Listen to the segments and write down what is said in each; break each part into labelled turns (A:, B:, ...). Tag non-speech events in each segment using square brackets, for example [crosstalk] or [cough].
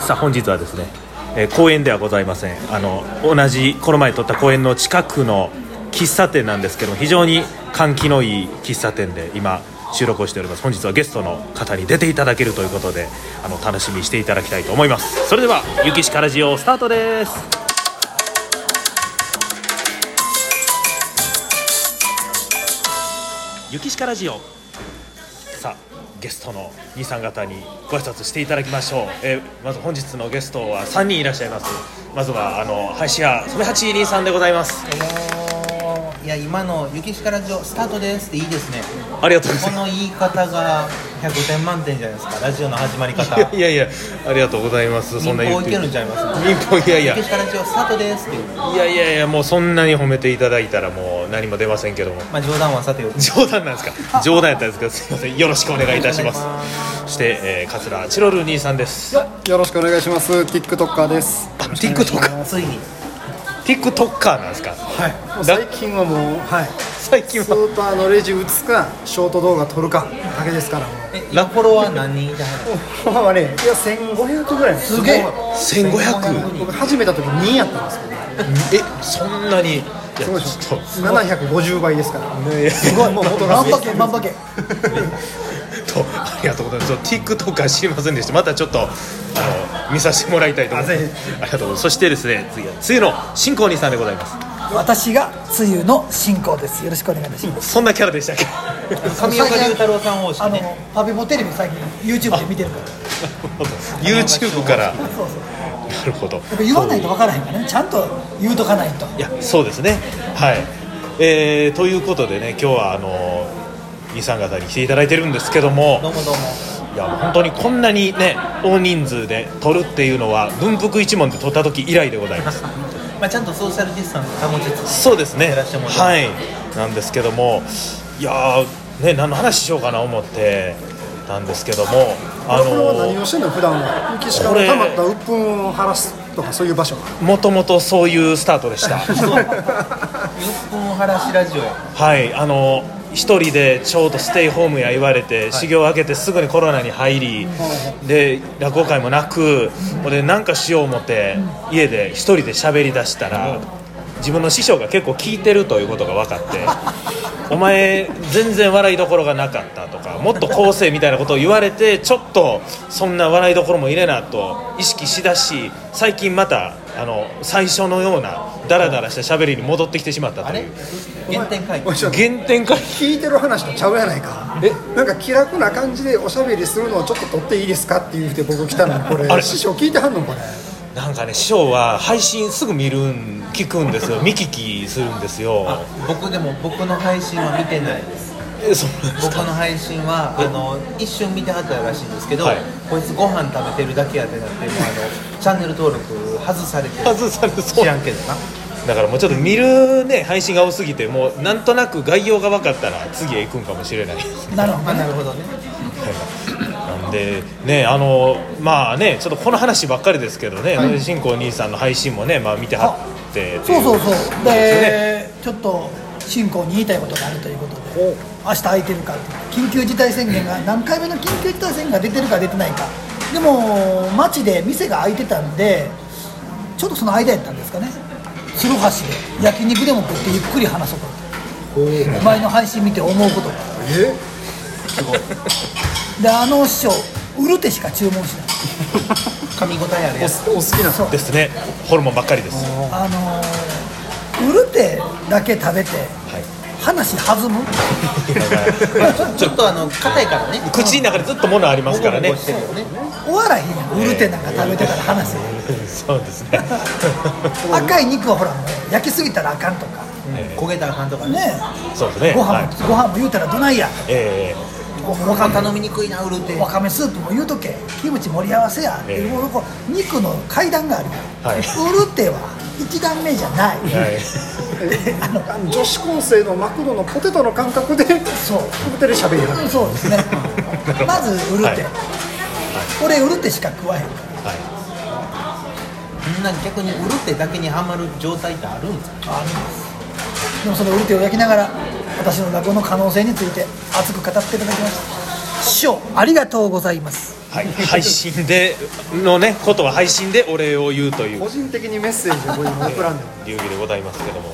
A: さあ本日はですね、えー公園ではございませんあの同じこの前撮った公園の近くの喫茶店なんですけど非常に換気のいい喫茶店で今収録をしております本日はゲストの方に出ていただけるということであの楽しみにしていただきたいと思いますそれでは「ゆきしかラジオ」スタートですゆきしかラジオさあゲストの兄さん方にご挨拶していただきましょう、えーまず本日のゲストは3人いらっしゃいますまずはあの林家染八兄さんでございます
B: どうもいや今の「雪かラジオ」スタートですっていいですね
A: ありがとうござ
B: こ
A: いま
B: の言い方が100点満点じゃないですかラジオの始まり
A: [laughs]
B: 方
A: すいやいやありがとうございますそんな言
B: 民放
A: っ
B: い
A: て
B: けるんちゃいます
A: 民放いやいや
B: 雪かラジオスタートですっていう
A: いやいやいやもうそんなに褒めていただいたらもう何も出ませんけども
B: まあ冗談はさておき
A: 冗談なんですか冗談やったんですけどすいませんよろしくお願いいたしま
B: お願い
A: すそして、えー、桂チロル兄さんです
C: よろしくお願いします。TikToker です。
A: TikToker
B: ついに
A: TikToker なんですか
C: はい。もう最近はもうはい。
A: 最近
C: ス
A: は
C: ーパーのレジ打つかショート動画撮るかだけですから。も
B: え今フォロワー何人いたはる
C: うまあまあね、いや1500ぐらい。
B: すげえ
A: 1500
C: 僕始めた時2やったんですけど、
A: えそんなにいや
C: すごいでし
A: ち
C: ょ
A: ょっ。
C: 750倍ですから。
A: とね
C: すごいもう元が
B: 万馬券万馬券
A: とありがとうございます。そう TikTok は知りませんでした。またちょっとあの見させてもらいたいと思います。
C: あぜ
A: ありがとうございます。そしてですね、次は梅雨の新婚兄さんでございま
D: 私が梅雨の進行ですよろしくお願いいたします
A: す。そんなキャラでしたっけ？
B: 神岡龍太郎さん方
D: あ
B: 式
D: の
B: ね
D: パピポテレビ最近 YouTube で見てるから
A: YouTube からな
D: そうそうや
A: るほど。や
D: っぱ言わないと分からへんからねちゃんと言うとかないと
A: いやそうですね。はい。えー、ということでね、今日はあの兄さん方に来ていただいてるんですけども
B: ど、うもどうも [laughs]
A: いやもう本当にこんなにね大人数で撮るっていうのは文福一門で撮った時以来でございます。
B: まあちゃんとソーシャルディスタンス保ちつつ
A: そうですね。
B: やらせてもらって
A: はい。なんですけども、いやーね何の話しようかな思ってなんですけども、あ
C: これは何
A: の
C: をしてんの普段は。メキシカの溜まった鬱憤を晴らすとかそういう場所。
A: もともとそういうスタートでした。
B: 4分晴らしラジオや
A: はい。あの一人でちょうどステイホームや言われて、修行を明けてすぐにコロナに入り、で落語会もなく、でなんかしよう思って、家で一人で喋り出したら。自分の師匠が結構聞いてるということが分か
B: [laughs]
A: って「お前全然笑いどころがなかった」とか「もっと構成」みたいなことを言われてちょっとそんな笑いどころも入れなと意識しだし最近またあの最初のようなダラダラした喋りに戻ってきてしまった
B: あ
A: とい
B: れ
A: う
B: 原点回
C: お
B: 帰
C: いちょっと
A: 原点から
C: 聞いてる話とちゃうやないか
A: え
C: なんか気楽な感じでおしゃべりするのをちょっと撮っていいですかって言うて僕来たのにこ
A: あれ
C: れ師匠聞いてはんのこれ
A: なんかね師匠は配信すぐ見るん聞くんですよ見聞きするんですよ
B: 僕でも僕の配信は見てない
A: え
B: です
A: そうなんです
B: 僕
A: か
B: の配信はあの一瞬見てはったらしいんですけど、
A: はい
B: こいつご飯食べてるだけやってなってもうあのチャンネル登録外されてる
A: 外されそう
B: 知らんけどな
A: だからもうちょっと見るね配信が多すぎてもうなんとなく概要が分かったら次へ行くんかもしれない
D: なるほ
B: あ
D: ど
B: な
D: ね
B: るほどね
A: なんでねあのまあねちょっとこの話ばっかりですけどね、新婚兄さんの配信もね、まあ、見てはってってい
D: そうそうそう
A: こと
D: で
A: ですよね
D: ちょっと進行に言いたいことがあるということで明日空いてるかって緊急事態宣言が何回目の緊急事態宣言が出てるか出てないかでも街で店が空いてたんでちょっとその間やったんですかね鶴橋で焼肉でも食ってゆっくり話そうかと前の配信見て思うことが
C: え
D: であの師匠売る手しか注文しない
B: 噛み応えある
C: お
B: やつ
C: お好きな
D: そう
A: ですねホルモンばっかりです
D: あのー、売る手だけ食べて
A: はい
D: 話弾む
B: ちょっとあの硬いからね
A: 口の中でずっと物ありますからね
B: [laughs] ボコボコしてるよね
D: お笑いにも売る手なんか食べてから話せ、
A: そうですね
D: 赤い肉はほらもう焼きすぎたらあかんとか
B: 焦げたらあかんとかね
D: ね
A: そうですね
D: ご飯、
A: はい
D: ご飯も言うたらどないや
A: え
B: ご飯頼みにくいな売るて
D: わかめスープも言うとけキムチ盛り合わせや、
A: ええ
D: もうこう肉の階段があるから、
A: はい
D: 売る手は一段目じゃない、
A: えはい
D: あの
C: あの女子高生のマクドのポテトの感覚で
D: そう
C: ホテル喋りはる
D: そう
A: [laughs]
D: ですねまず売る手、
A: はい
D: 俺売る手しか食わへんから
A: はい
B: みんな逆に売るてだけにハマる状態ってあるんですか
D: ありますでもその売り手を焼きながら私の落語の可能性について熱く語っていただきまし師匠ありがとうございます
A: はい、 [laughs] 配信でのねことは配信でお礼を言うという
C: 個人的にメッセージをこういうの送らんでも
A: 流儀でございますけども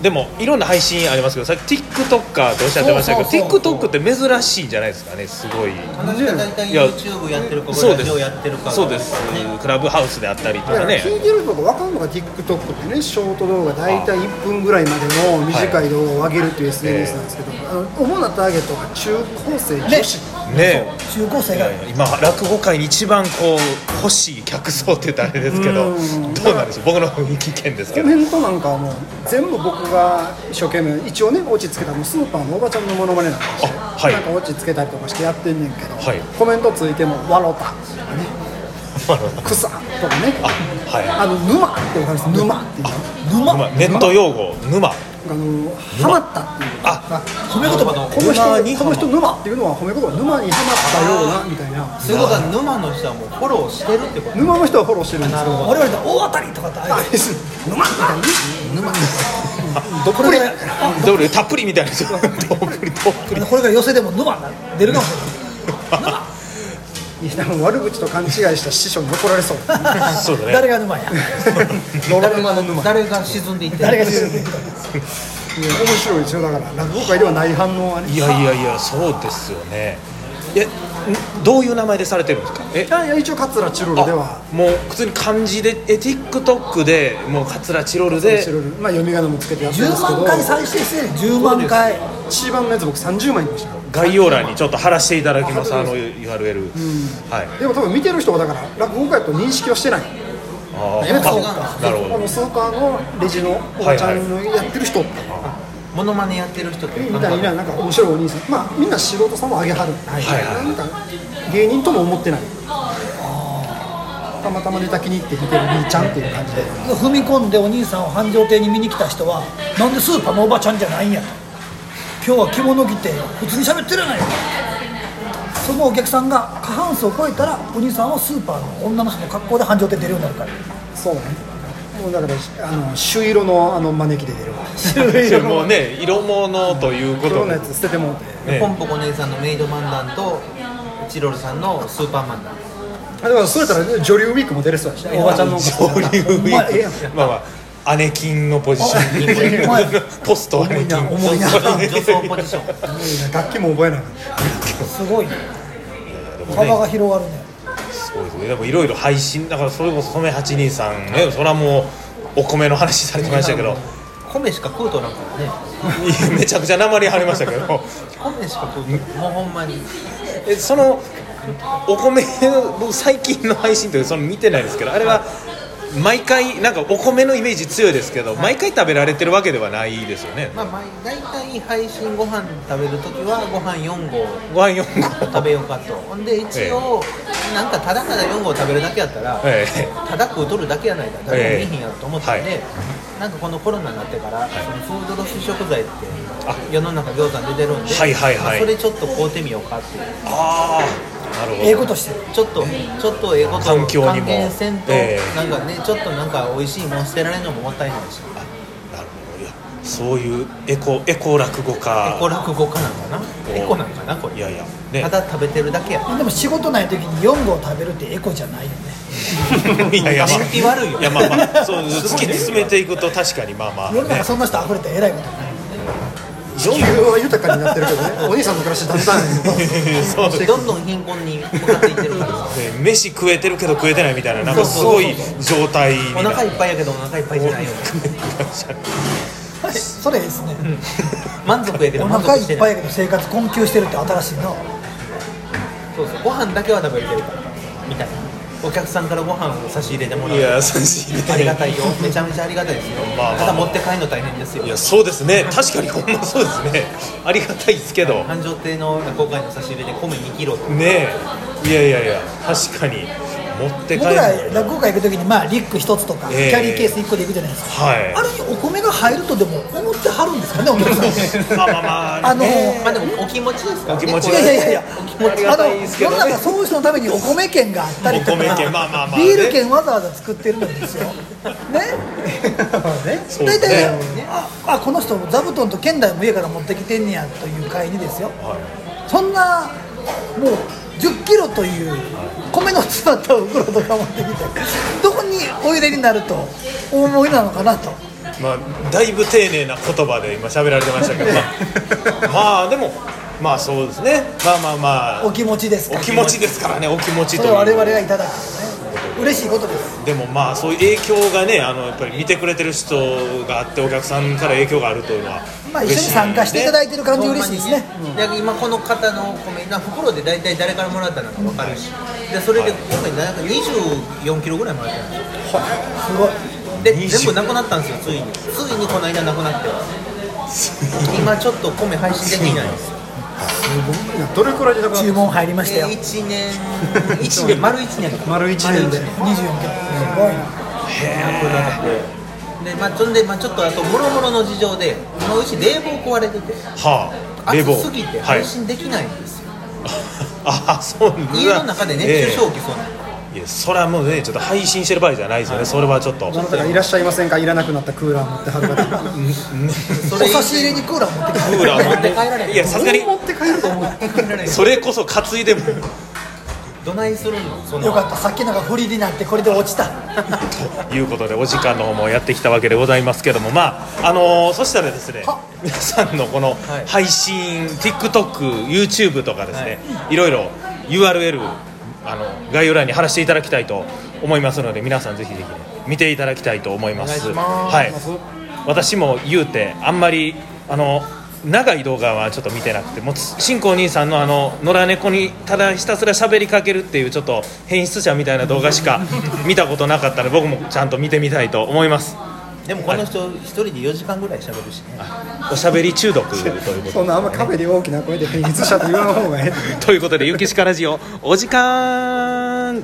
A: でもいろんな配信ありますけどさっき TikToker っておっしゃってましたけど
D: そうそうそうそう
A: TikTok って珍しいんじゃないですかねすごい
B: 私は大体
A: いや
B: YouTube やってるか
A: そう
B: ラ
A: で
B: ジオ
A: す
B: やってるか
A: そうです
B: ね
A: クラブハウスであったりと
C: だか
A: からね
C: 聞いてるとこ分かんのが TikTok ってねショート動画大体1分ぐらいまでの短い動画を上げるという SNS なんですけど、あの主なターゲットが中高生女子
A: ね
D: 中高生
A: い
D: が
A: やいや今落語界に一番こう欲しい客層って言ったらあれですけど
C: うん
A: どうなんでしょう僕の意見ですけ
C: コ
A: ど
C: メントなんかはもう全部僕が一生懸命一応ね落ち着けたもうスーパーのおばちゃんのモノマネなんですよ、
A: あはい
C: なんか落ち着けたりとかしてやってんねんけど、
A: はい
C: コメントついても「わろた」とかね
A: あの
C: 「草」とかね
A: あは
C: あの「沼」ってわかります「沼」っていうの
A: い
D: 沼
A: 沼ネット用語沼
C: あのハマったっていう
A: あ
D: 褒め言葉
C: こ
A: 沼
C: の人
A: に
C: この人沼っていうのは褒め言葉沼にハマったようなみたいな
B: そういうことは沼の人はもうフォローしてるってこと
C: 沼の人はフォローしてるんです
B: な
C: け
B: る
C: ど
B: ほど
D: 我々と大当たりとかってああいう
C: 沼みたいに
B: 沼
C: どこ
D: これ
C: で
D: が
A: どれたっぷりみたいなどっぷりどっぷり
D: これが寄せでも沼になる出るかもしれない
C: いや悪口と勘違いした師匠に怒られそう
A: そうだね
D: 誰が沼や
C: 泥沼の
B: [laughs]
C: 沼
B: 誰が沈んでいって
D: 誰が
B: る
D: 沈んでい
C: いや面白いですよだから落語界ではない反応はね
A: いやいやいやそうですよねえんどういう名前でされてるんですかえ
C: いやいや一応桂チロルでは
A: もう普通に漢字でえ TikTok でもう桂チロルで
C: チロルまあ読み仮名もつけてやってるんです
D: 10
C: けど
D: 万回再生して10万回
C: 一番のやつ僕30枚見ました
A: 概要欄にちょっと貼らせていただきます
C: あ
A: あ
C: 貼っ
A: の
C: て
A: URL、はい
C: でも多分見てる人はだから落語界と認識はしてない
A: あ
B: やっぱそう
A: あなるほ
C: あ [laughs]
A: ど
C: のスーパーのレジのおばちゃんのやってる人って
B: モノマネやってる人って
C: みたいななんか面白いお兄さんまあみんな素人さんもあげはる、はい
A: はいはい
C: なんか芸人とも思ってないたまたまネタ気に入って見てる兄ちゃんっていう感じで
D: 踏み込んでお兄さんを繁盛亭に見に来た人はなんでスーパーのおばちゃんじゃないんやと今日は着物着て普通に喋ってるやないかそのお客さんが過半数を超えたらお兄さんはスーパーの女の人の格好で繁盛亭出るようになるから
C: そうねもうだからあの朱色のあの招きで出るわ
A: それ [laughs] もうね色物というこ
C: 黒
A: と
C: の
A: で
C: やつ捨ててもうて
A: ね
B: ポンポコ姉さんのメイド漫談とチロルさんのスーパーマンダン
C: あでもそれやったら女流ウィークも出れそうやしねおばちゃんのお
A: 上
C: か
A: 流ウィ
D: まあええ
A: ー
D: や
A: クまあまあ姉金のポジション
D: お前
A: ポスト姉金
C: 重いな重
B: 女装ポジション
C: 楽器も覚えない
D: すごいね
A: でも
D: 幅
A: ね
D: が広がるね
A: そうですねでもいろいろ配信だからそれこそ米八兄さんねそれはもうお米の話されてましたけど
B: 米しか食うとなんから
A: い
B: ね
A: やめちゃくちゃ鉛張りましたけど
B: 米しか食うともうほんまに
A: えそのお米僕最近の配信というかその見てないですけどあれは毎回なんかお米のイメージ強いですけど毎回食べられてるわけではないですよね
B: まあまあ大体配信ご飯食べるときはご飯4合
A: ご飯4合
B: 食べようかとほんで一応なんかただただ4合食べるだけやったら
A: え
B: ただ食うとるだけやないか誰も見えへんやろと思ったんで、
A: え
B: なんかこのコロナになってから、そのフードロス食材って
A: あ
B: 世の中餃子出てるんで、
A: はいはいはい
B: まあそれちょっと買うてみようかっていう
A: えああなるほど
D: ええことしてる
B: ちょっとちょっとええことを
A: 環境にも
B: 還元せんと、
A: ええ
B: なんかねちょっとなんか美味しいもん捨てられるのももったいないし
A: なるほどいやそういうエコエコ落語家
B: エコ落語家なんかなエコなんかなこれ
A: いやいやね
B: ただ食べてるだけや
D: でも仕事ない時に4合食べるってエコじゃないよね
A: いやいや、まあ、
B: 人気悪いよ
A: いやまあまあそう突き詰めていくと確かにまあまあ
D: 世の中
A: ね
D: そんな人溢れてえらいこと
C: 地球は豊かになってるけどねお兄さんの暮らしだんだん
A: そう
B: どんどん貧困に向かっていってるから
A: [laughs]
B: さ
A: ね飯食えてるけど食えてないみたいななんかすごい状態に
B: お
A: な
B: 腹いっぱいやけどお腹いっぱいじゃないよ
D: ないそれですね
B: 満足やけど
D: お
B: 満
D: 腹
B: 足
D: い
B: して
D: っ
B: な
D: ぱ
B: い
D: いやけど生活困窮してるって新しいの
B: そうそうご飯だけは食べれてるからみたいなお客さんからご飯を差し入れてもらう
A: いや差し入れ
B: ありがたいよめちゃめちゃありがたいですよ、
A: まあまあ
B: ただ持って帰るの大変ですよ
A: いやそうですね確かにほんまそうですねありがたいですけど
B: 繁盛亭の落語会の差し入れで米2キロとか
A: ねえいやいやいや確かに持って帰
D: 僕
A: る
D: ら落語会行く時にまあリュック一つとか、
A: ええ
D: キャリーケース一個で行くじゃないですか、
A: はい
D: あれにお米が入るとでも思ってはるんですかねお客さん
A: [laughs] まあまあまあ
D: あの
A: ね
B: まあでもお気持ちですから、ね、
A: お気持ち
D: いやいやいやいや
A: ありがたいですけ
D: 世
A: ど
D: の
A: ね
D: 中そういう人のためにお米券があったりとか
A: お米券まあまあまあね
D: ビール券わざわざ作ってるんです [laughs] よねね
A: そうですね
D: 大体ああこの人座布団と剣台も家から持ってきてんねやという会にですよ
A: はい
D: そんなもう1 0キロという米の詰まった袋とか持ってきてどこにお入れになるとお思いなのかなと
A: まあ、だいぶ丁寧な言葉で今喋られてましたけど、まあ、ま
D: [laughs]
A: あでもまあそうですねまあまあまあ
D: お気持ちですか
A: お気持ちですからねお気持ち
D: そ
A: と
D: れ
A: いう
D: を我々がいただくとね嬉しいことです
A: でもまあそういう影響がねあのやっぱり見てくれてる人があってお客さんから影響があるというのは
D: まあ一緒に参加していただいてる感じ嬉しいですね
B: ほんまにねで今この方の米な袋で大体誰からもらったのか分かるし、でそれで今回なんか24キロぐらいもらったんですよ
D: すごい
B: で
A: 20
B: 全部なくなったんですよついについにこの間なくなって今ちょっと米配信できないんですよ
C: いやどれくらいでなくなった
D: 注文入りましたよ
B: 1年1年丸1年か
C: 丸一年で
D: 24キロすごいな
B: なくなってでまあそんでまあちょっとあともろもろの事情で今うち冷房壊れてて
A: はあ冷
B: 暑
A: 房
B: すぎて
A: はい
B: 配信できないんですよ、
A: あそうなんだ
B: 家の中で熱中症起きそうなんです
A: ええいやそれはもうねちょっと配信してる場合じゃないですよね、それはちょっ
D: [laughs]
A: と
C: どなたかいらっしゃいませんかいらなくなったクーラー持ってはる方
B: そ
D: お
B: れ以
D: 差し入れにクーラー持ってき
A: クーラー持って帰られいやさすがに
C: [laughs] 持って帰ると思う
A: それこそ担いでも
B: どないするのそ
D: て
B: の
D: よかったさっきのが振りになってこれで落ちた
A: ということでお時間の方もやってきたわけでございますけどもまああのーそしたらですね
D: は
A: 皆さんのこの
B: い
A: 配信、TikTokYouTube とかですね、い、ろいろ URL あの概要欄に貼らせていただきたいと思いますので皆さんぜひぜひ見ていただきたいと思います
B: お願いし
A: はい、私も言うてあんまりあの長い動画はちょっと見てなくてもう新光兄さんのあの野良猫にただひたすら喋りかけるっていうちょっと変質者みたいな動画しか [laughs] 見たことなかったので僕もちゃんと見てみたいと思います
B: でもこの人一人で4時間ぐらい喋るしね
A: おしゃべり中毒というこ
C: そんなあんまカフェで大きな声で変質者と言わん方がええ
A: とということで「ゆきしかラジオ」お時間